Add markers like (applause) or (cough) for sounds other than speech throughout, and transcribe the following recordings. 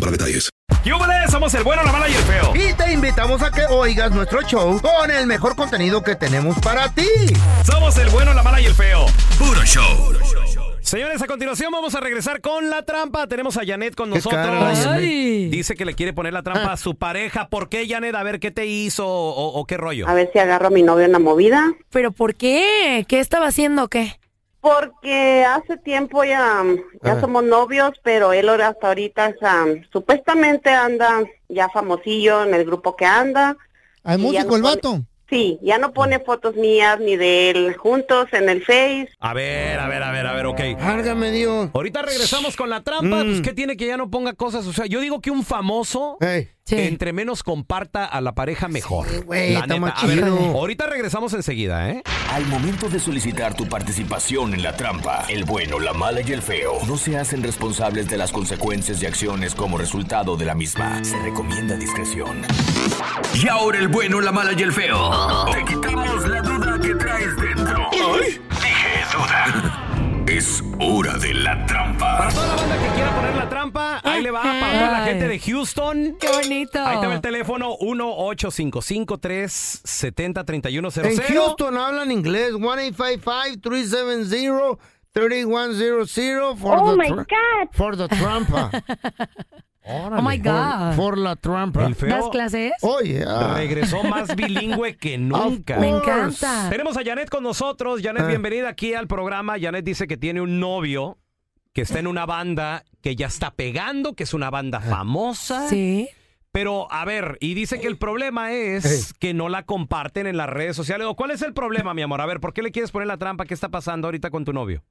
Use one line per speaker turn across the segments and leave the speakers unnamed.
para detalles.
¡Yúbales! Somos el bueno, la mala y el feo.
Y te invitamos a que oigas nuestro show con el mejor contenido que tenemos para ti.
Somos el bueno, la mala y el feo.
Puro show.
Señores, a continuación vamos a regresar con la trampa. Tenemos a Janet con
Qué cara,
nosotros.
Janet. Ah.
Ay.
Dice que le quiere poner la trampa a su pareja. ¿Por qué, Janet? A ver, ¿qué te hizo o, o qué rollo?
A ver si agarro a mi novio en la movida.
¿Pero por qué? ¿Qué estaba haciendo o qué?
Porque hace tiempo ya, ya
Ah.
somos novios, pero él ahora- hasta ahorita es, am, supuestamente anda ya famosillo en el grupo que anda.
¿Al
Y ya
músico
no
el
pone-
vato?
Sí, ya no pone fotos mías ni de él juntos en el Face.
A ver, a ver, a ver, a ver, ok.
Árgame Dios. Mm.
Ahorita regresamos con la trampa. Pues, ¿Qué tiene que ya no ponga cosas? O sea, yo digo que un famoso,
Ey.
Sí.
entre menos comparta a la pareja, mejor.
güey,
La
está
neta.
más
A ver,
chido.
ahorita regresamos enseguida, ¿eh?
Al momento de solicitar tu participación en la trampa, el bueno, la mala y el feo no se hacen responsables de las consecuencias y acciones como resultado de la misma. Se recomienda discreción. Y ahora el bueno, la mala y el feo. Te quitamos la duda que traes dentro. Dije duda. Es hora de la trampa.
Para toda la banda que quiera poner la trampa, ahí le va. Para toda la
Ay.
gente de Houston.
¡Qué bonito!
Ahí está el teléfono 1-855-370-3100.
En Houston hablan inglés. 1-855-370-3100 for,
Oh
the
my
tr-
God.
for the
(laughs)
trampa.
¡Oh, my
For,
God!
for la trampa.
El feo
¿Das clases?
Oye, ah,
regresó más bilingüe
(laughs)
que nunca.
Me encanta.
Tenemos a Janet con nosotros. Janet,
Ah.
bienvenida aquí al programa. Janet dice que tiene un novio que está en una banda que ya está pegando, que es una
Ah.
banda famosa.
Sí.
Pero, a ver, y dice que el problema es que no la comparten en las redes sociales. O, ¿Cuál es el problema, mi amor? A ver, ¿por qué le quieres poner la trampa? ¿Qué está pasando ahorita con tu novio?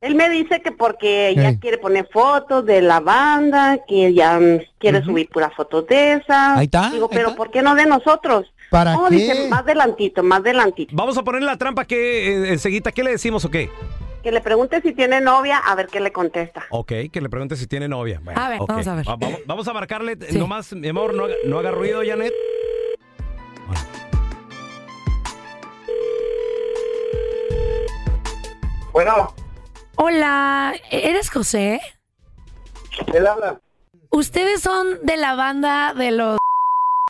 Él me dice que porque
Ey.
ya quiere poner fotos de la banda, que ya mm, quiere subir puras fotos de esas.
Ahí está,
Digo,
ahí
pero
está.
¿por qué no de nosotros?
¿Para
no,
qué?
dice, más adelantito, más adelantito.
Vamos a poner la trampa que eh, enseguida, ¿qué le decimos o qué?
Que le pregunte si tiene novia, a ver qué le contesta.
Ok, que le pregunte si tiene novia. Bueno,
A ver,
ok.
vamos a ver.
Va- vamos, vamos a marcarle, eh,
Sí.
nomás, mi amor, no haga, no haga ruido, Janet.
Bueno,
Hola, ¿eres José?
él habla.
¿Ustedes son de la banda de los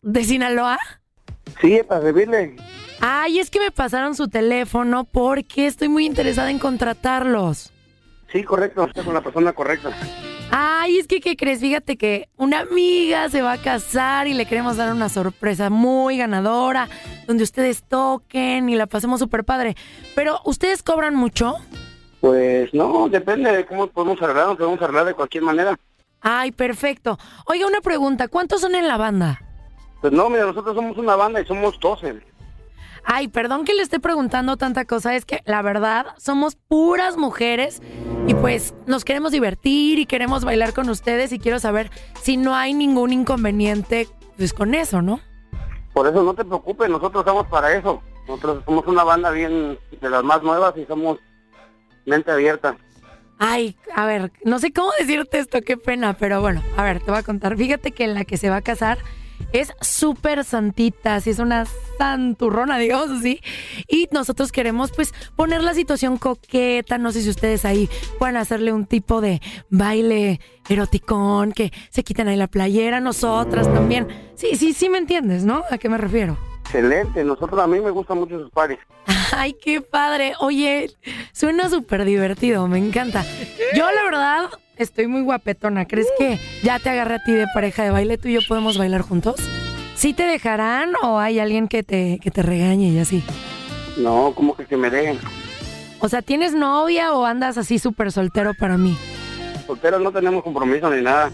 de Sinaloa?
Sí, para servirle.
Ay, es que me pasaron su teléfono porque estoy muy interesada en contratarlos.
Sí, correcto, está con la persona correcta.
Ay, es que, ¿qué crees? Fíjate que una amiga se va a casar y le queremos dar una sorpresa muy ganadora, donde ustedes toquen y la pasemos súper padre. Pero, ¿ustedes cobran mucho?
Pues no, depende de cómo podemos arreglar, nos podemos arreglar de cualquier manera.
Ay, perfecto. Oiga, una pregunta, ¿cuántos son en la banda?
Pues no, mira, nosotros somos una banda y somos 12.
Ay, perdón que le esté preguntando tanta cosa, es que la verdad somos puras mujeres y pues nos queremos divertir y queremos bailar con ustedes y quiero saber si no hay ningún inconveniente pues con eso, ¿no?
Por eso no te preocupes, nosotros estamos para eso. Nosotros somos una banda bien de las más nuevas y somos mente abierta.
Ay, a ver, no sé cómo decirte esto, qué pena, pero bueno, a ver, te voy a contar. Fíjate que la que se va a casar es súper santita, así es una santurrona, digamos así. Y nosotros queremos, pues, poner la situación coqueta. No sé si ustedes ahí puedan hacerle un tipo de baile eroticón, que se quiten ahí la playera, nosotras también. Sí, sí, sí me entiendes, ¿no? ¿A qué me refiero?
Excelente, nosotros a mí me gustan mucho sus pares.
Ay, qué padre. Oye, suena súper divertido, me encanta. Yo, la verdad, estoy muy guapetona. ¿Crees que ya te agarré a ti de pareja de baile? ¿Tú y yo podemos bailar juntos? ¿Sí te dejarán o hay alguien que te, que te regañe y así?
No, como que se me dejen.
O sea, ¿tienes novia o andas así súper soltero para mí?
Solteros no tenemos compromiso ni nada.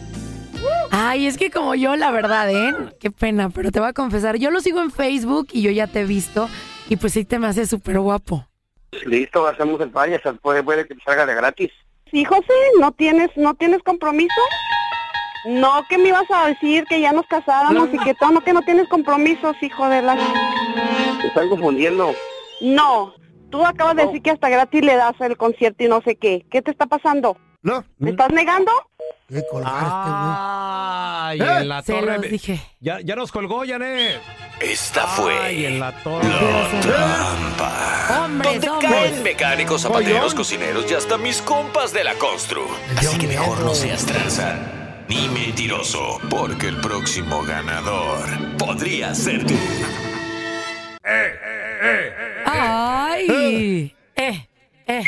Ay, es que como yo, la verdad, ¿eh? Qué pena, pero te voy a confesar. Yo lo sigo en Facebook y yo ya te he visto. Y pues sí te me hace súper guapo.
Listo, hacemos el pares, puede, puede que salga de gratis.
Sí, José, ¿no tienes, no tienes compromiso? No, que me ibas a decir que ya nos casábamos y que todo, no, que no tienes compromisos, hijo de la...
Te están confundiendo.
No, tú acabas de decir que hasta gratis le das el concierto y no sé qué. ¿Qué te está pasando?
No.
¿Me estás negando?
Qué
Ay,
¡Eh!
en la
Se
torre.
los dije.
Ya, ya nos colgó, Janet.
Esta
Ay,
fue
en la torre.
Trampa.
Hombres,
Donde
hombres.
caen mecánicos, zapateros, cocineros y hasta mis compas de la constru. Así que mejor no seas tranza ni mentiroso, porque el próximo ganador podría ser tú.
eh, Ay. Eh, eh.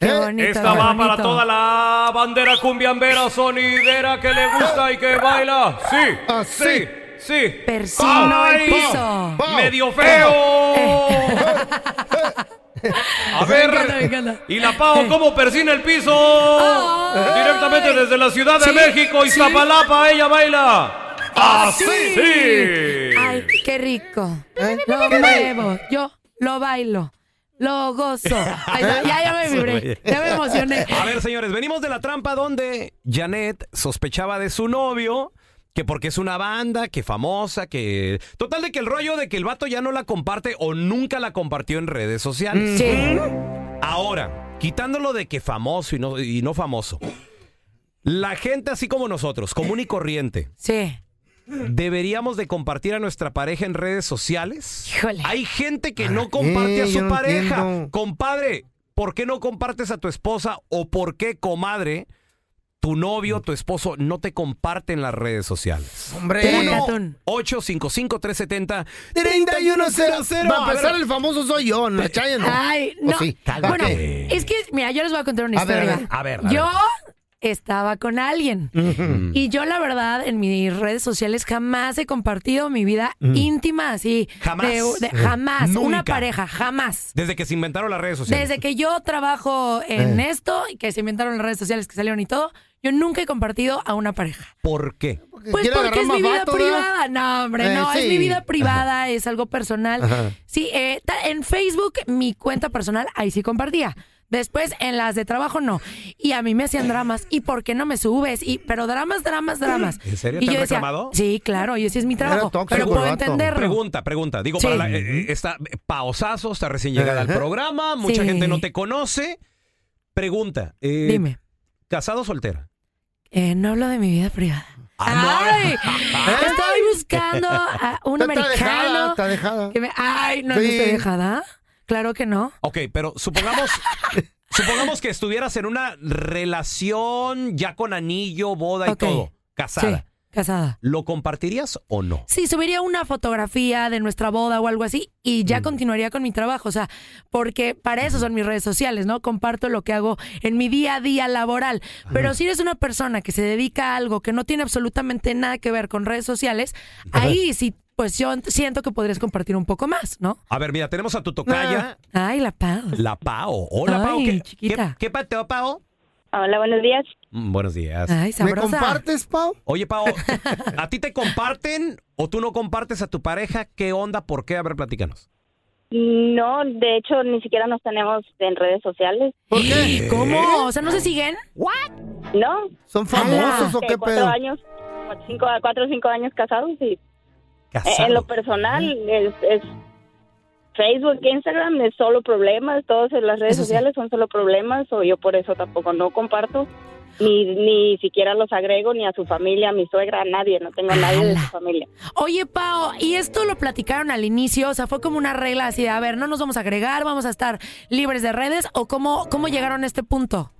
Qué bonito.
Esta
qué
va
bonito.
para toda la bandera cumbiambera sonidera que le gusta y que baila. Sí,
Así.
sí, sí.
Persino el
Ay,
piso.
pa.
Medio feo. A
Me encanta, me
ver,
encanta. Eh.
y la Pau, ¿cómo persina el piso?
Ay.
Directamente desde la Ciudad de
Sí,
México,
sí.
Iztapalapa, ella baila. Así. Ah, Sí.
Ah, Ay, qué rico.
¿Eh?
Lo
¿Qué tal?
muevo. Yo lo bailo. Lo
(laughs)
gozo. Ay, ya, ya, ya me vibré. Ya me emocioné.
A ver, señores, venimos de la trampa donde Janet sospechaba de su novio, que porque es una banda, que famosa, que... Total de que el rollo de que el vato ya no la comparte o nunca la compartió en redes sociales.
Sí.
Ahora, quitándolo de que famoso y no, y no famoso, la gente así como nosotros, común y corriente,
Sí.
¿deberíamos de compartir a nuestra pareja en redes sociales?
Híjole.
Hay gente que no comparte a
qué?
su
Yo no
pareja.
entiendo.
Compadre, ¿por qué no compartes a tu esposa o por qué, comadre, tu novio, tu esposo no te comparten las redes sociales?
Hombre.
Pero-
Uno.
855-370.
Va a empezar el famoso soy yo, no la Chayo, no.
Ay,
¿O
Pues
no.
sí?
Bueno,
Cálmate.
es que, mira, yo les voy a contar una
A ver,
historia.
a ver, a ver, a
Yo estaba con alguien.
Mm.
Y yo, la verdad, en mis redes sociales jamás he compartido mi vida íntima así.
Mm. Jamás. Mm.
de- de- jamás. Una
Nunca.
pareja, jamás.
Desde que se inventaron las redes sociales. Eh.
Desde que yo trabajo en esto y que se inventaron las redes sociales que salieron y todo, yo nunca he compartido a una pareja.
¿Por qué?
Pues
quiere
porque
agarrar
es
más
mi vida
vato, ¿verdad?
privada. No, hombre,
Eh,
no, es
sí.
mi vida privada, es algo personal.
Ajá.
Sí, eh, ta- en Facebook, mi cuenta personal, ahí sí compartía. Después, en las de trabajo, no. Y a mí me hacían dramas. ¿Y por qué no me subes? Y, pero dramas, dramas, dramas.
¿En serio?
Y
¿Te han
yo decía,
reclamado?
Sí, claro, yo sí es mi
Era
trabajo.
tóxico
Pero puedo
el vato.
entenderlo.
Pregunta, pregunta. Digo,
Sí.
para la- eh, eh, está pausazo, está recién llegada al
Ajá.
programa, mucha
Sí.
gente no te conoce. Pregunta, eh,
Dime,
¿casado o soltera?
eh, no hablo de mi vida privada.
Ah, (laughs)
¡Ay! Estoy buscando a un
¿Eh? Está- Está dejada,
americano.
está dejada.
que me- Ay, no, no
Sí.
estoy dejada. Claro que no.
Ok, pero
(laughs)
supongamos, supongamos que estuvieras en una relación ya con anillo, boda
Ok.
y todo, casada.
Sí, Ah. casada.
¿Lo compartirías o no?
Sí, subiría una fotografía de nuestra boda o algo así y
Mm.
ya continuaría con mi trabajo. O sea, porque para eso son mis redes sociales, ¿no? Comparto lo que hago en mi día a día laboral. Pero si eres una persona que se dedica a algo que no tiene absolutamente nada que ver con redes sociales, ahí sí, pues yo ent- siento que podrías compartir un poco más, ¿no?
A ver, mira, tenemos a tu tocaya,
Ay, la paz.
la Pao. Hola,
Ah. Ay,
Pao. ¿Qué,
chiquita.
¿qué, qué pateo, Pao?
Hola, buenos días.
Mm, Buenos días.
Ay,
¿Me
sabrosa.
compartes, Pau?
Oye, Pao, ¿a ti te comparten o tú no compartes a tu pareja? ¿Qué onda? ¿Por qué? A ver, platícanos.
No, de hecho, ni siquiera nos tenemos en redes sociales.
¿Por qué?
¿Cómo? O sea, ¿no se siguen?
No.
¿Son famosos o
Este,
qué
cuatro
pedo?
años, como cinco, cuatro o cinco años casados y eh, en
Casado.
lo personal es, es Facebook, Instagram es solo problemas, todas las redes sociales son solo problemas, o yo por eso tampoco no comparto, ni, ni siquiera los agrego, ni a su familia, a mi suegra, a nadie, no tengo a nadie de su familia.
Oye, Pao, y esto lo platicaron al inicio, o sea, fue como una regla así de, a ver, no nos vamos a agregar, vamos a estar libres de redes, o cómo, cómo llegaron a este punto.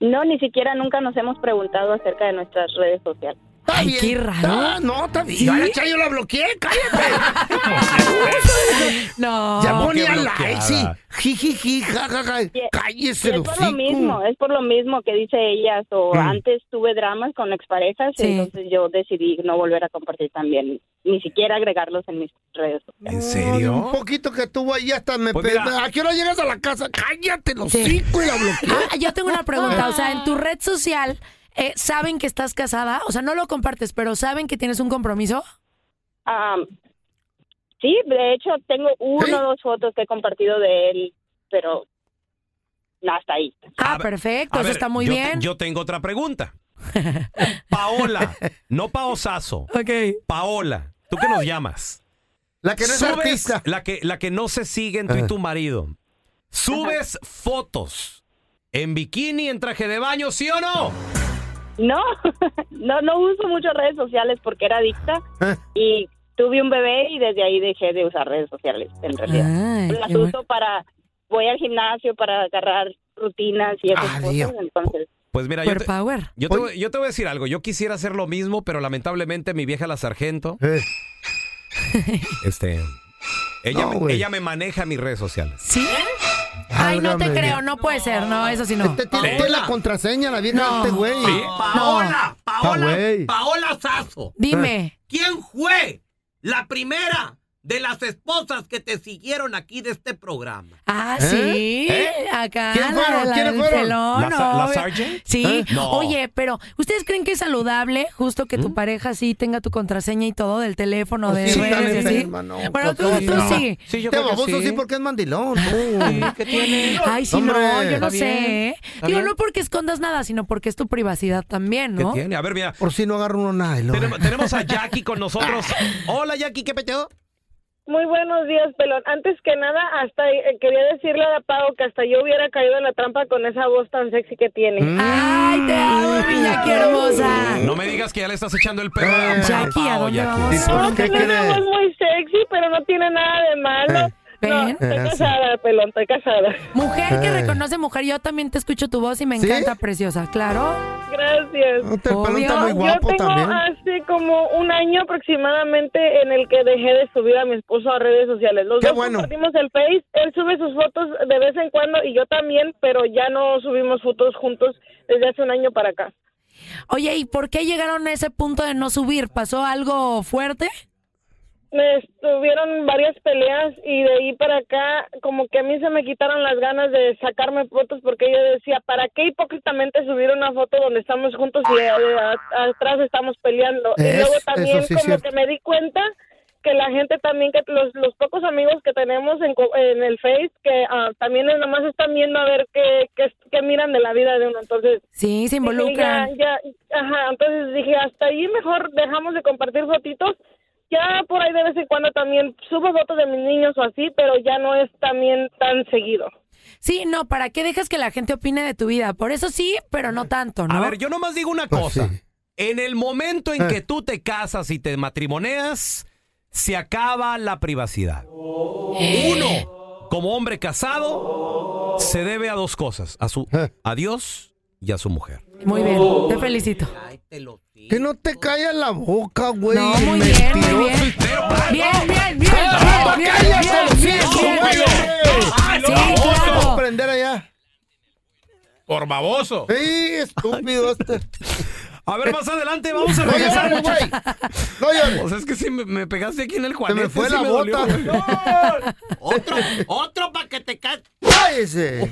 No, ni siquiera nunca nos hemos preguntado acerca de nuestras redes sociales.
Ay, qué raro.
no, está bien.
¿Sí?
Yo a la Chayo la bloqueé,
(laughs)
cállate.
no.
Ya pone
qué
a la
bloqueada.
sí. Jijiji, jajaja. Cállese,
es
el
por lo
hocico.
mismo, es por lo mismo que dice ellas, o
Mm.
antes tuve dramas con exparejas,
Sí.
entonces yo decidí no volver a compartir también, ni siquiera agregarlos en mis redes sociales.
¿En
Un
serio?
poquito que estuvo ahí hasta me...
Pues mira.
¿A qué hora llegas a la casa? Cállate, los
Sí.
cinco y la
(laughs)
bloqueé.
Ah, yo tengo una pregunta, o sea, en tu red social, eh, ¿saben que estás casada? O sea, no lo compartes, pero ¿saben que tienes un compromiso?
Am, sí, de hecho tengo uno
¿Sí?
o dos fotos que he compartido de él, pero hasta ahí.
Ah,
A ver,
perfecto,
a
eso
ver,
está muy
yo te-
bien.
yo tengo
(laughs)
otra pregunta. Paola, no Paosazo,
Ok.
Paola, ¿tú qué nos llamas?
La que no es
Subes-
artista.
La que, la que no se siguen tú y tu marido. Subes fotos en bikini, en traje de baño, ¿sí o no?
No, (laughs) no, no uso mucho redes sociales porque
(laughs)
era adicta
Eh.
y tuve un bebé y desde ahí dejé de usar redes sociales, en realidad.
Ay,
las
qué bueno.
uso para voy al gimnasio para agarrar rutinas y esas
Ah,
cosas
Dios.
entonces
Pues mira, yo
Por
te,
power.
yo, te, voy- yo te voy a decir algo. Yo quisiera hacer lo mismo, pero lamentablemente mi vieja la sargento,
Eh,
este... Ella,
No,
me-
güey.
ella me maneja mis redes sociales.
¿Sí? Ay, no te
válgame
creo, no puede ser, no, eso sí no.
Este tiene, tiene la contraseña, la vieja
No.
de este güey.
Paola,
Paola, güey.
Paola Sazo,
Dime.
¿quién fue la primera de las esposas que te siguieron aquí de este programa?
Ah, sí.
¿Eh?
Acá.
¿Quién
la-
fueron?
la
¿Quiénes
del
fueron?
pelón,
¿La sa- la
obvio.
Sargent?
Sí.
¿Eh? No.
Oye, pero ¿ustedes creen que es saludable justo que tu pareja sí tenga tu contraseña y todo del teléfono de
¿Mm? Oh, Sí,
redes
dale,
y así?
enferma, no,
Bueno, tú,
pues,
tú
no.
sí.
Sí,
Este
yo creo que
baboso sí.
sí.
porque es mandilón. tú.
Ay, sí, no,
Hombre.
yo no
Está bien,
sé. ¿eh?
está
Digo,
bien.
no porque escondas nada, sino porque es tu privacidad también, ¿no?
¿Qué tiene? A ver, mira.
Por si no agarra uno nada. y lo-
Tenemos, tenemos a Jackie con nosotros. Hola, Jackie, ¿qué peteo?
muy buenos días pelón antes que nada hasta eh, quería decirle a Pau que hasta yo hubiera caído en la trampa con esa voz tan sexy que tiene
Mm.
Ay, te amo, mi Jackie hermosa.
No me digas que ya le estás echando el perro.
Eh,
Jackie, ¿a
Pao,
dónde
Jackie.
vamos?
¿Por qué
tiene una
crees?
voz muy sexy pero no tiene nada de malo no,
Ven.
Eh,
estoy
sí.
casada pelón estoy casada
Mujer que
Eh.
reconoce mujer, yo también te escucho tu voz y me
¿Sí?
encanta, preciosa, claro.
gracias
El pelón está
Obvio.
muy guapo
yo tengo
también.
hace como un año aproximadamente en el que dejé de subir a mi esposo a redes sociales. Los
Qué
dos
bueno.
compartimos el Face, él sube sus fotos de vez en cuando y yo también, pero ya no subimos fotos juntos desde hace un año para acá.
Oye, ¿y por qué llegaron a ese punto de no subir? ¿Pasó algo fuerte?
Me estuvieron varias peleas y de ahí para acá como que a mí se me quitaron las ganas de sacarme fotos porque yo decía, ¿para qué hipócritamente subir una foto donde estamos juntos y a- a- atrás estamos peleando?
Es-
y luego también
eso sí es
como
cierto.
que me di cuenta que la gente también, que los, los pocos amigos que tenemos en, co- en el Face, que ah, también es- nomás están viendo a ver qué, qué, qué miran de la vida de uno. Entonces
Sí,
Dije,
se involucran.
Ya, ya, ajá, entonces dije, hasta ahí mejor dejamos de compartir fotitos. Ya por ahí de vez en cuando también subo fotos de mis niños o así, pero ya no es también tan seguido.
Sí, no, ¿para qué dejas que la gente opine de tu vida? Por eso sí, pero no tanto, ¿no?
A ver, yo nomás digo una
Pues
cosa.
sí. Eh.
En el momento en que tú te casas y te matrimoneas, se acaba la privacidad. Uno, como hombre casado, se debe a dos cosas, a su
Eh.
a Dios y a su mujer.
(laughs) Muy bien, te felicito.
Que no te callas la boca, güey.
No, muy bien,
Mentiroso.
muy bien. Bien, bien, bien, bien,
Ah,
bien, bien,
cállate,
bien,
sí,
bien,
güey.
bien. Sí,
Vamos a
claro.
prender allá.
Por baboso.
Sí, estúpido este.
A ver, más adelante vamos a
No
regresar.
llores, güey. No llores.
O sea, es que si me, me pegaste aquí en el
Se
Juanete,
me fue
sí
la
(laughs)
dolió,
bota. (laughs)
güey.
Otro, otro para que te caes.
Cállese.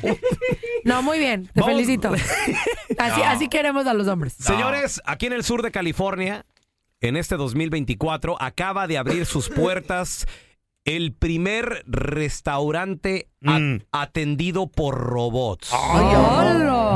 No, muy bien, te
Vamos. (laughs)
felicito. Así, así queremos a los hombres.
Señores, aquí en el sur de California, en este 2024, acaba de abrir sus puertas el primer restaurante a- atendido por robots.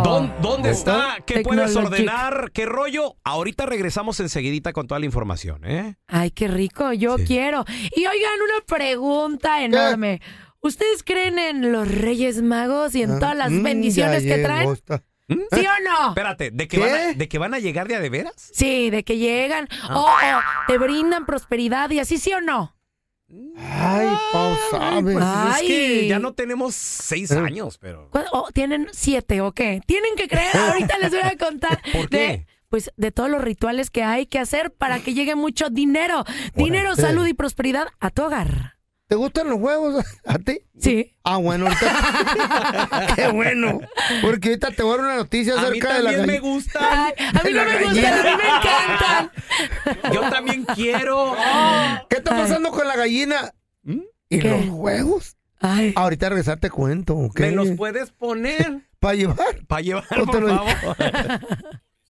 ¿Dón- ¿Dónde está? ¿Qué puedes
Technologic.
ordenar? ¿Qué rollo? Ahorita regresamos enseguidita con toda la información, ¿eh?
Ay, qué rico, yo quiero. Y oigan, una pregunta enorme. ¿Ustedes creen en los Reyes Magos y
Ah,
en todas las
mm,
bendiciones que traen? ¿Sí o no?
Espérate, ¿de que, van a, ¿de que van a llegar de a de veras?
Sí, de que llegan
Ah.
o o te brindan prosperidad y así, ¿sí o no?
Ay, Pau sabe.
pues es que Ay. ya
no tenemos seis
Eh.
años, pero...
¿Cuál- o ¿Tienen siete o qué? Tienen que creer,
(laughs)
ahorita les voy a contar. ¿Por
qué?
pues de todos los rituales que hay que hacer para que llegue mucho dinero. Dinero, salud y prosperidad a tu hogar.
¿Te gustan los huevos (laughs) a ti?
Sí.
Ah, bueno, ahorita- Qué bueno. Porque ahorita te voy a dar una noticia
A mí
acerca de la
también me
gall-
gusta.
a
(laughs)
mí no me gustan, a mí me encantan. (laughs)
Yo también quiero.
(laughs) ¿Qué está pasando con la gallina? ¿Y
¿Qué?
los huevos?
Ay.
Ahorita al regresar te cuento. ¿ok?
¿Me los puedes poner?
(laughs) ¿Para llevar?
Para llevar,
No te
por
lo-
favor.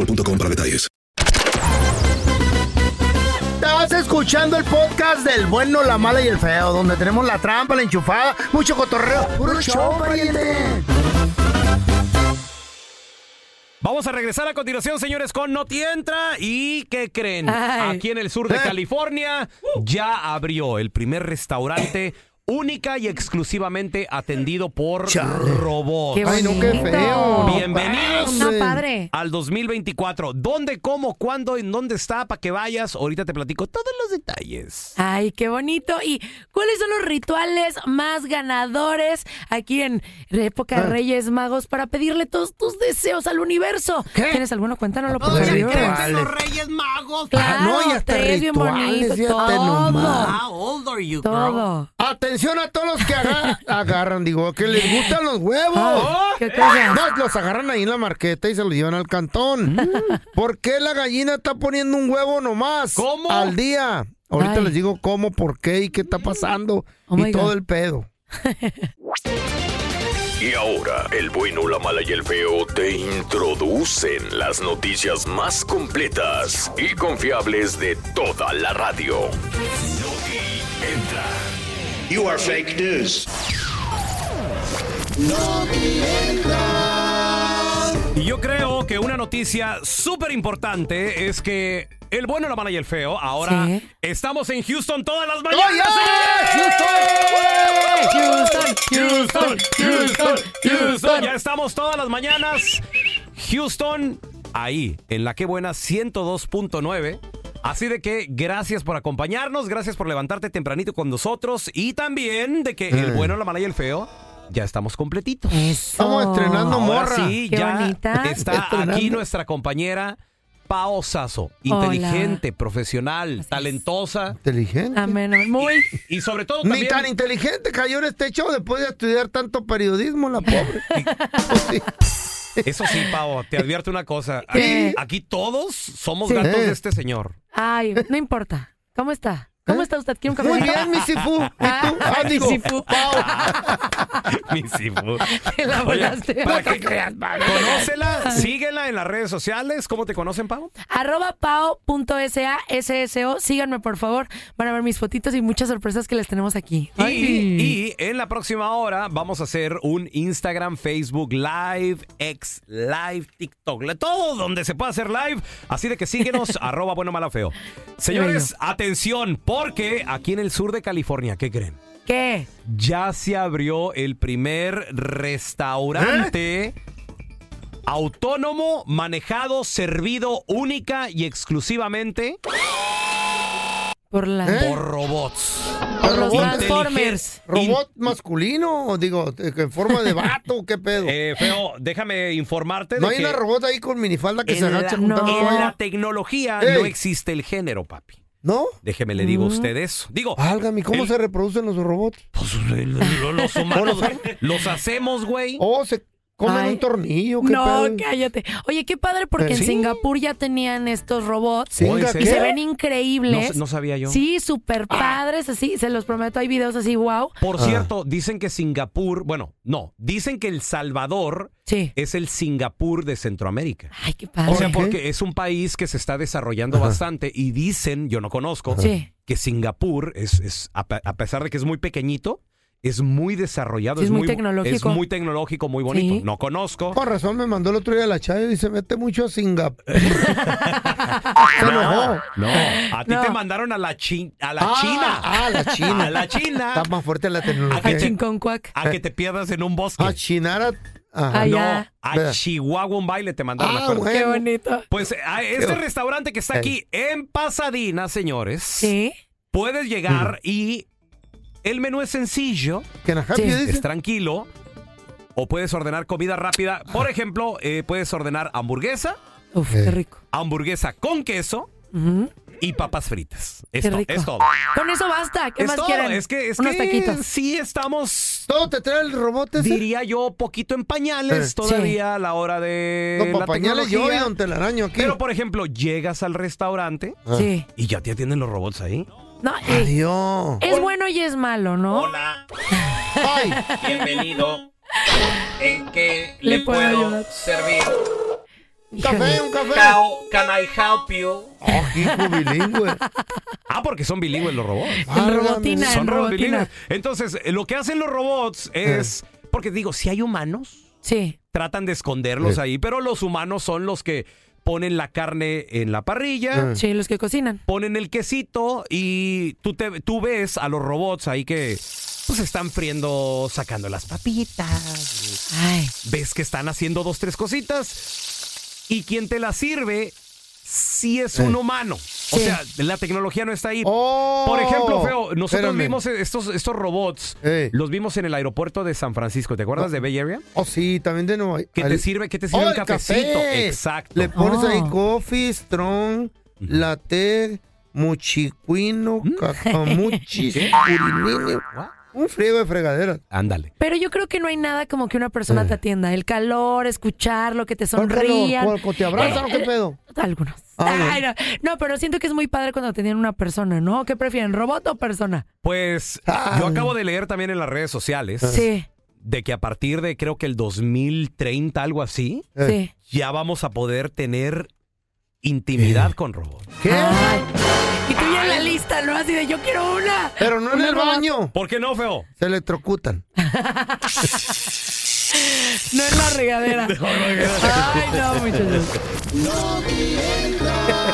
para detalles.
Estás escuchando el podcast del bueno, la mala y el feo, donde tenemos la trampa, la enchufada, mucho cotorreo. ¡Puro show, pariente!
Vamos a regresar a continuación, señores, con No Tientra. ¿Y qué creen?
Ay.
Aquí en el sur de
Eh.
California ya abrió el primer restaurante única y exclusivamente atendido por robots.
Qué Ay, no, qué bonito. feo.
Bienvenidos
No, padre.
al 2024. ¿Dónde, cómo, cuándo, en dónde está? Para que vayas. Ahorita te platico todos los detalles.
Ay, qué bonito. ¿Y cuáles son los rituales más ganadores aquí en la época de
Ah.
Reyes Magos para pedirle todos tus deseos al universo? ¿Tienes alguno? Cuéntanoslo, por
Ay,
favor.
qué
¿Crees en los Reyes Magos?
Claro,
Ah, no, y hasta
tres bien
rituales,
bonito,
fíjate
todo,
nomás.
How old are you, girl?
todo.
Atención a todos los que aga- (laughs) agarran, digo, que les gustan los huevos.
Ah,
¿Qué cosa?
No, los agarran ahí en la marqueta y se los llevan al cantón.
Mm.
¿Por qué la gallina está poniendo un huevo nomás
¿Cómo? Mm.
al día? Ahorita
Ay.
les digo cómo, por qué y qué está pasando
Oh
y
my
todo
God.
el pedo.
Y ahora, el bueno, la mala y el feo te introducen las noticias más completas y confiables de toda la radio. entra.
You are fake news.
Y yo creo que una noticia súper importante es que el bueno, la mala y el feo, ahora
Sí.
estamos en Houston todas las
¡Oye!
mañanas.
¡Houston!
Houston, Houston, Houston. Ya estamos todas las mañanas. Houston, ahí, en la que buena 102.9. Así de que gracias por acompañarnos, gracias por levantarte tempranito con nosotros y también de que
Eh.
el bueno, la mala y el feo ya estamos completitos.
Estamos estrenando
Ahora
morra.
sí,
Qué
ya
bonita.
está
Estrenando.
aquí nuestra compañera Pao Sasso, inteligente, profesional, talentosa
Inteligente.
Amén, amén. Muy.
y sobre todo
Ni
también
tan inteligente cayó en este show después de estudiar tanto periodismo, la
(laughs)
pobre. Pues sí.
Eso sí, Pavo, te advierto una cosa. Aquí,
¿Qué?
aquí todos somos
Sí.
gatos
Eh.
de este señor.
Ay, no importa. ¿Cómo está? ¿Cómo está usted? ¿Quiere un café?
Muy bien, mi
(laughs)
Sifu. ¿Y tú? Ah, digo,
(laughs) Mi Sifu.
Te la
Oye,
volaste.
¿para
No te
qué?
creas, Pau.
Conócela, síguela en las redes sociales. ¿Cómo te conocen, Pau?
Arroba pao.sasso. Síganme, por favor. Van a ver mis fotitos y muchas sorpresas que les tenemos aquí.
Y, y en la próxima hora vamos a hacer un Instagram, Facebook Live, X Live, TikTok, la- todo donde se pueda hacer live. Así de que
(laughs)
síguenos, arroba bueno mala feo. Señores, atención, porque aquí en el sur de California, ¿qué creen?
¿Qué?
Ya se abrió el primer restaurante
¿Eh?
autónomo, manejado, servido única y exclusivamente
por
¿Eh?
la
por robots.
Por los
Inteligen-
Transformers. ¿Robot masculino? O Digo, eh, en forma de vato, ¿qué pedo?
Eh, feo, déjame informarte (laughs) de
¿No hay
que
una robot ahí con minifalda que se
en,
agacha
la,
juntando
en
toalla?
la tecnología
Ey.
no existe el género, papi.
¿No?
Déjeme le digo a
Mm.
usted eso. Digo,
Válgame, ¿cómo
el- Pues, eh,
se reproducen los robots? (laughs)
lo- los humanos los hacemos, güey.
Oh, se comen
Ay.
un tornillo, ¿qué
No,
pedo?
cállate. Oye, qué padre, porque
Eh,
en
sí.
Singapur ya tenían estos robots
¿Singa
y
qué?
se ven increíbles.
No- no sabía yo. Ah.
Sí, súper padres, así. Se los prometo, hay videos así, wow.
Por
Ah.
cierto, dicen que Singapur, bueno, no, dicen que El Salvador es el Singapur de Centroamérica.
Ay, qué padre.
O sea, porque es un país que se está desarrollando bastante y dicen, yo no conozco,
Ajá. Sí.
que Singapur es, es- a, pe- a pesar de que es muy pequeñito, es muy desarrollado,
Sí, es muy
es
tecnológico.
muy tecnológico, muy bonito.
Sí.
No conozco.
Con razón me mandó el otro día la chaya y dice, vete mucho a Singapur. (laughs) Se enojó.
No, a ti
No.
te mandaron a la, chi- a la
Ah,
China.
Ah, la China.
(laughs) A la China.
Está más fuerte la
A que,
tecnología.
te, a que te pierdas en un bosque.
A Chinara. Ajá.
No, a
¿Verdad?
Chihuahua un baile te mandaron.
Ah,
me acuerdo.
bueno. Qué
bonito.
Pues eh, a este restaurante que está aquí en Pasadena, señores.
Sí.
Puedes
Mm.
llegar y el menú es sencillo.
Can I help Sí. you, dice?
Es tranquilo. O puedes ordenar comida rápida. Por
Ah.
ejemplo, eh, puedes ordenar hamburguesa.
Uf, qué rico.
Hamburguesa con queso y papas fritas. Es,
Qué
to-
rico.
es todo.
Con eso basta. ¿Qué
Es
más
todo,
quieren?
es que- es
Unos
que
taquitos.
sí estamos.
Todo te trae el robot ese?
Diría yo, poquito en pañales
Eh.
todavía a la hora de.
No, pa'
la
pañales yo
tecnología.
y don telaraño aquí.
Pero, por ejemplo, llegas al restaurante
Ah. Sí.
y ya te atienden los robots ahí.
No, eh,
Adiós.
es bueno y es malo, ¿no?
Hola.
Ay.
Bienvenido. ¿En qué
(laughs) Le le puedo puedo ayudar?
servir?
Un café, un café.
can I help you?
Oh,
(laughs) Ah, porque son bilingües los robots.
En robotina,
Son
en
robots
robotina.
bilingües. Entonces, eh, lo que hacen los robots
Eh.
es. Porque digo, si hay humanos.
Sí.
Tratan de esconderlos ahí, pero los humanos son los que ponen la carne en la parrilla.
Sí, los que cocinan.
Ponen el quesito y tú, te, tú ves a los robots ahí que pues están friendo, sacando las papitas. Ves que están haciendo dos, tres cositas. Y quien te las sirve, sí es un humano. O sea, la tecnología no está ahí. Por ejemplo, Feo, nosotros
Espérame.
vimos estos, estos robots, los vimos en el aeropuerto de San Francisco. ¿Te acuerdas de Bay Area?
Oh, sí, también de Nueva York.
Que te sirve- que te sirve un cafecito. Exacto.
¡Oh, Le pones
Oh.
ahí coffee, strong, latte, muchicuino, cacamuchis,
Mm. (laughs) ¿Qué?
curinini. Un friego de fregadera.
Ándale.
Pero yo creo que no hay nada como que una
Eh.
persona te atienda. El calor, escucharlo, que te
calor?
sonrían.
¿Cuál? ¿Te abrazan o qué
Eh, eh,
pedo?
(laughs)
Ah,
Algunos. Ay, no. No, pero siento que es muy padre cuando te tienen una persona, ¿no? ¿Qué prefieren, robot o persona?
Pues yo acabo de leer también en las redes sociales
Sí.
de que a partir de creo que el 2030, algo así,
Eh.
Sí.
ya vamos a poder tener intimidad con robots.
¿Qué?
Y tú ya en la lista, ¿no? Así de yo quiero una.
Pero no en
Una
el
robot.
baño.
¿Por qué no, Feo?
Se electrocutan.
No en la regadera. Ay, no,
(laughs)
muchachos.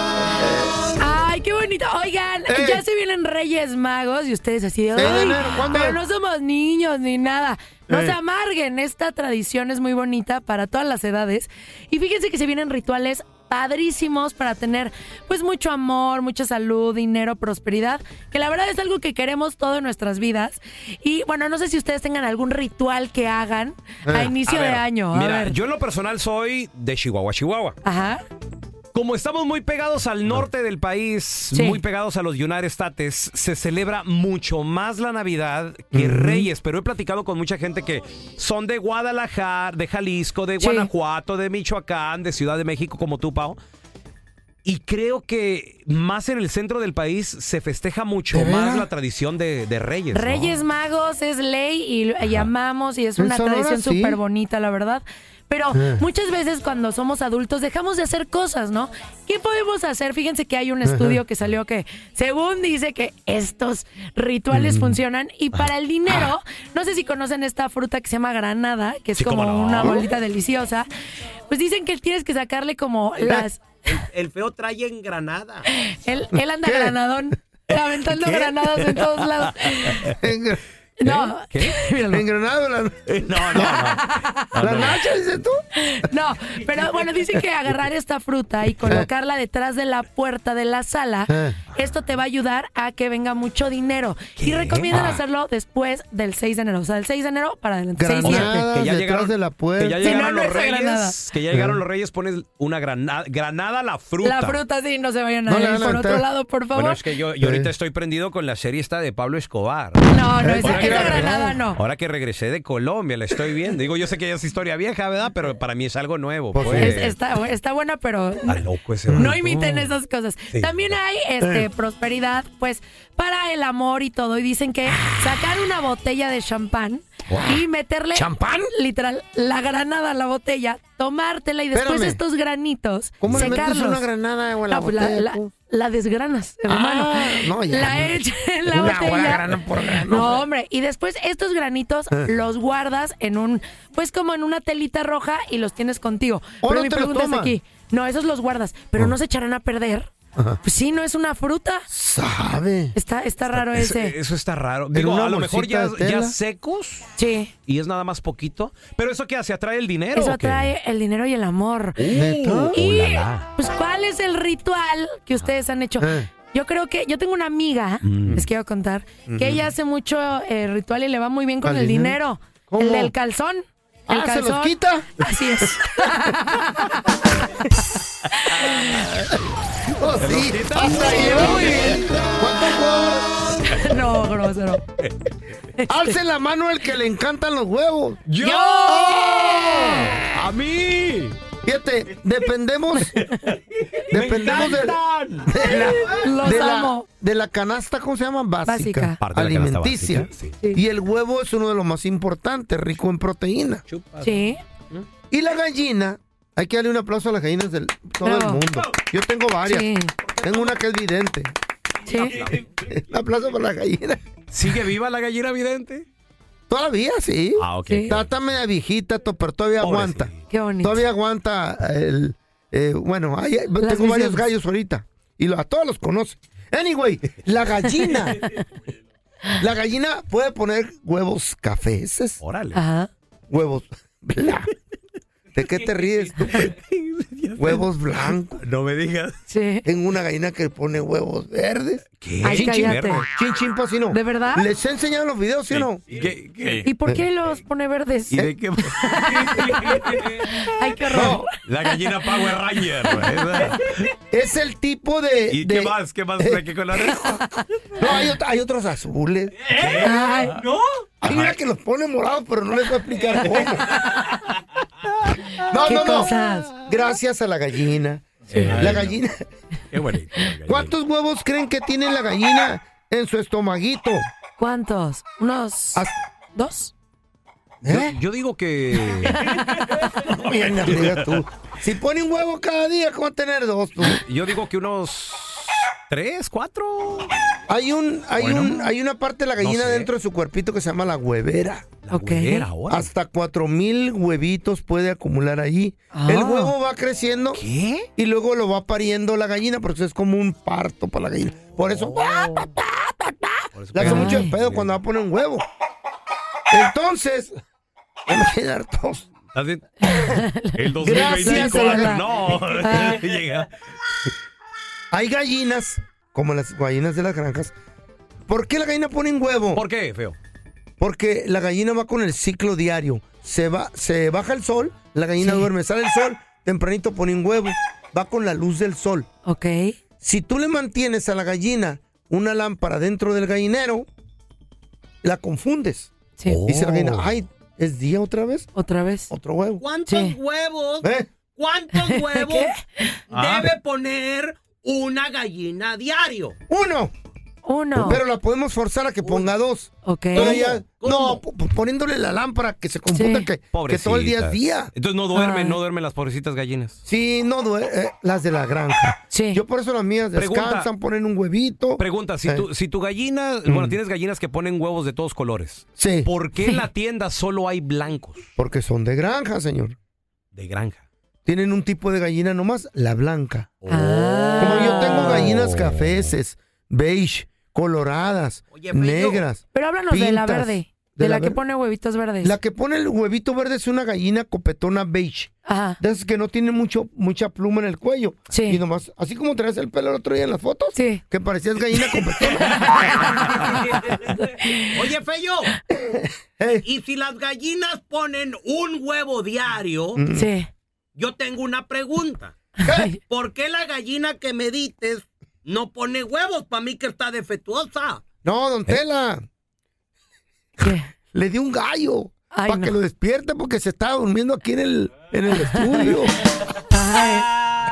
Ay, qué bonito. Oigan, ya se vienen Reyes Magos y ustedes así de.
Sí, de
"Ay,
enero, ¿cuándo?"
pero no somos niños ni nada. No
Eh.
se amarguen. Esta tradición es muy bonita para todas las edades. Y fíjense que se vienen rituales padrísimos para tener pues mucho amor, mucha salud, dinero, prosperidad, que la verdad es algo que queremos todo en nuestras vidas. Y bueno, no sé si ustedes tengan algún ritual que hagan a inicio
Eh, A ver,
de año. A
Mira,
ver.
yo en lo personal soy de Chihuahua, Chihuahua.
Ajá.
Como estamos muy pegados al norte del país, muy pegados a los United States, se celebra mucho más la Navidad que Reyes. Pero he platicado con mucha gente que son de Guadalajara, de Jalisco, de Guanajuato, de Michoacán, de Ciudad de México, como tú, Pau. Y creo que más en el centro del país se festeja mucho más la tradición de, de Reyes. ¿no?
Reyes Magos es ley y, lo- y amamos y es
En
una
Sonora,
tradición
sí.
súper bonita, la verdad. Pero
Eh.
muchas veces cuando somos adultos dejamos de hacer cosas, ¿no? ¿Qué podemos hacer? Fíjense que hay un
Ajá.
estudio que salió que, según dice que estos rituales
Mm.
funcionan y para el dinero, no sé si conocen esta fruta que se llama granada, que es
Sí,
como
cómo no.
una bolita deliciosa, pues dicen que tienes que sacarle como las...
El, el feo trae en Granada.
Él, él anda granadón, aventando granadas en todos lados. No, (laughs)
Engranado la...
(laughs) No, no,
¿La nacha dices tú?
Ah, (laughs) No, pero bueno, dicen que agarrar esta fruta y colocarla detrás de la puerta de la sala,
Ah.
esto te va a ayudar a que venga mucho dinero. Y recomiendan
Ah.
hacerlo después del 6 de enero. O sea, del 6 de enero para adelante.
Granada,
Seis, siete.
que ya
detrás
llegaron,
de la puerta.
que ya
Si
llegaron
no, no
los
es de Granada.
reyes, que ya llegaron los reyes, pones una granada, granada la fruta.
La fruta, sí, no se vayan a
No le
ir
van a
por otro
entrar.
lado, por favor.
Bueno, es que yo, yo ahorita estoy prendido con la serie esta de Pablo Escobar.
No, no, esa, esa granada Ah, no.
Ahora que regresé de Colombia, la estoy viendo. Digo, yo sé que ya es historia vieja, ¿verdad? Pero para mí es algo nuevo. Pues,
Es- está, bu- está buena, pero
Está loco ese
pues,
no
vato.
imiten esas cosas.
Sí.
También hay este
Eh.
prosperidad, pues, para el amor y todo. Y dicen que sacar una botella de champán y meterle
¿Champán?
literal la granada a la botella, tomártela y después
Espérame.
estos granitos
¿Cómo le metes
secarlos.
una granada, güey, a la
No, pues, la,
botella,
la-
tú? Ah,
la desgranas, hermano.
no, ya,
la
no.
echas en la
Una hora
botella.
grano por grano.
Ah, No, hombre, Ah. y después estos granitos
Eh.
los guardas en un, pues como en una telita roja y los tienes contigo.
¿O
Pero
no
Ah. mi
te los
pregunta es
toman?
aquí. No, esos los guardas, pero no se echarán a perder. Pues sí, no es una fruta.
Sabe.
Está, está raro
Eso,
ese.
eso está raro.
En
Digo,
una
a lo mejor
bolsita
ya,
de
ya
tela.
secos
Sí.
y es nada más poquito. Pero eso que hace, atrae el dinero.
Eso
o qué?
atrae el dinero y el amor.
¿Neta?
Y,
Oh, la, la.
pues, ¿cuál es el ritual que ustedes han hecho?
Eh.
Yo creo que yo tengo una amiga,
Mm.
les quiero contar,
Ujú.
que ella hace mucho eh, ritual y le va muy bien con
¿Al
el
dinero?
dinero.
¿Cómo?
El del calzón. El
Ah, ¿se
calzón.
los quita?
Así es.
Oh, sí. Hasta ahí va muy bien. ¿Cuánto
cobras? No, grosero.
(laughs) Alce la mano el que le encantan los huevos.
¡Yo!
¡A
mí!
Fíjate,
(laughs)
dependemos. dependemos de, de la,
Los
de la-
amo.
de la canasta, ¿cómo se llama? Básica.
Básica. Parte de la canasta
alimenticia.
básica,
Y el huevo es uno de los más importantes, rico en proteína.
Sí.
Y la gallina, hay que darle un aplauso a las gallinas de todo el
Bravo.
mundo. Yo tengo varias.
Sí.
Tengo una que es vidente.
Sí.
Un aplauso para (laughs) la gallina.
¿Sigue viva la gallina vidente?
Todavía sí.
Ah, ok.
Está está media viejita, to- pero todavía aguanta.
Qué bonito.
Todavía aguanta el. eh, bueno, ahí- tengo
Las
varios
visiones.
gallos ahorita. Y lo- a todos los conoce. Anyway, la
(laughs)
gallina. la gallina puede poner huevos cafeces.
Órale.
Ajá.
Huevos. bla- ¿De qué te ríes tú?
(laughs)
huevos blancos.
No me digas.
Sí.
Tengo una gallina que pone huevos verdes.
¿Qué?
Ay,
Chin, chin,
cállate.
chin, chin, pa, si no.
¿De verdad?
¿Les he enseñado los videos, sí o no?
¿Qué- qué?
¿Y por qué los pone verdes?
¿Y de qué?
(laughs) Ay, qué horror.
(laughs) La gallina Power Ranger. ¿verdad?
(laughs) Es el tipo de.
¿Y
de-
qué más? ¿Qué más? ¿De
(laughs)
qué colores?
No, hay, ot- hay otros azules.
Ay,
¿Eh? ¿No?
Hay una que los pone morados, pero no les voy a explicar cómo. No,
¿Qué
no, no.
cosas?
Gracias a la gallina.
Sí.
la
Ay,
gallina.
Qué bonito.
¿Cuántos huevos creen que tiene la gallina en su estomaguito?
¿Cuántos? ¿Unos dos?
Yo, yo digo que.
¿Eh? (laughs) Bien, amiga, tú. Si pone un huevo cada día, ¿cómo va a tener dos Pues, tú?
Yo digo que unos. ¿Tres? ¿Cuatro?
Hay un, hay
Bueno.
un, hay una parte de la gallina
No sé.
dentro de su cuerpito que se llama la huevera.
La huevera, órale.
Hasta cuatro mil huevitos puede acumular allí.
Ah.
El huevo va creciendo y luego lo va pariendo la gallina porque es como un parto para la gallina. Por eso, ¡Ah, ¡pa, pa, pa, pa, pa! le hace mucho el pedo cuando va a poner un huevo. Entonces, ya me voy a dar tos.
Así-
(laughs)
El
Gracias,
2025
Adela.
no. (laughs)
(laughs) Ah.
Llega.
Hay gallinas, como las gallinas de las granjas. ¿Por qué la gallina pone un huevo?
¿Por qué, feo?
Porque la gallina va con el ciclo diario. Se, va, se baja el sol, la gallina duerme, sale el sol, tempranito pone un huevo, va con la luz del sol.
Ok.
Si tú le mantienes a la gallina una lámpara dentro del gallinero, la confundes. Dice la gallina, ay, ¿es día otra vez?
Oh. Otra vez.
Otro huevo.
¿Cuántos huevos
¿Eh? (laughs)
¿Cuántos huevos
Ah.
debe poner una gallina diario?
Uno.
Uno.
Pero la podemos forzar a que ponga dos.
Ok.
Todavía- no, po- po- poniéndole la lámpara que se computa que, que todo el día es día.
Entonces no duermen,
Ay.
no duermen las pobrecitas gallinas.
Sí, no, due- eh, las de la granja.
Sí.
Yo por eso las mías
Pregunta.
descansan, ponen Mm. un huevito.
Pregunta, si,
Eh.
tu, si tu gallina, bueno, tienes gallinas que ponen huevos de todos colores.
Sí.
¿Por qué en la tienda solo hay blancos
Porque son de granja, señor.
de granja? Oh.
Tienen un tipo de gallina nomás, la blanca. Como yo tengo gallinas cafeces, beige, coloradas, negras.
Pero háblanos de la
pintas,
verde.
de
De,
la
la,
ver-
que pone huevitos verdes.
La que pone el huevito verde es una gallina copetona beige.
Ajá.
De esas que no tiene mucho, mucha pluma en el cuello. Sí. Y nomás, así como traes el pelo el otro día en las fotos.
Sí.
Que parecías
(laughs)
gallina copetona.
Oye, Feyo, y si las gallinas ponen un huevo diario,
Mm. Sí.
yo tengo una pregunta. ¿Por qué la gallina que me dices no pone huevos? Para mí que está defectuosa.
No, don Tela. Le di un gallo. Para que lo despierte porque se estaba durmiendo aquí en el, en el estudio.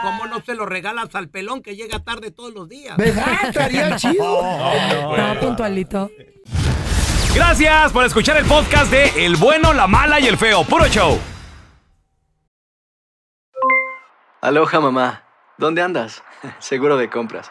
¿Cómo no se lo regalas al pelón que llega tarde todos los días?
¿Verdad? Ah,
(laughs)
Estaría chido.
No, puntualito.
Gracias por escuchar el podcast de El bueno, la mala y el feo. Puro show.
Aloha mamá, ¿dónde andas? (laughs) Seguro de compras.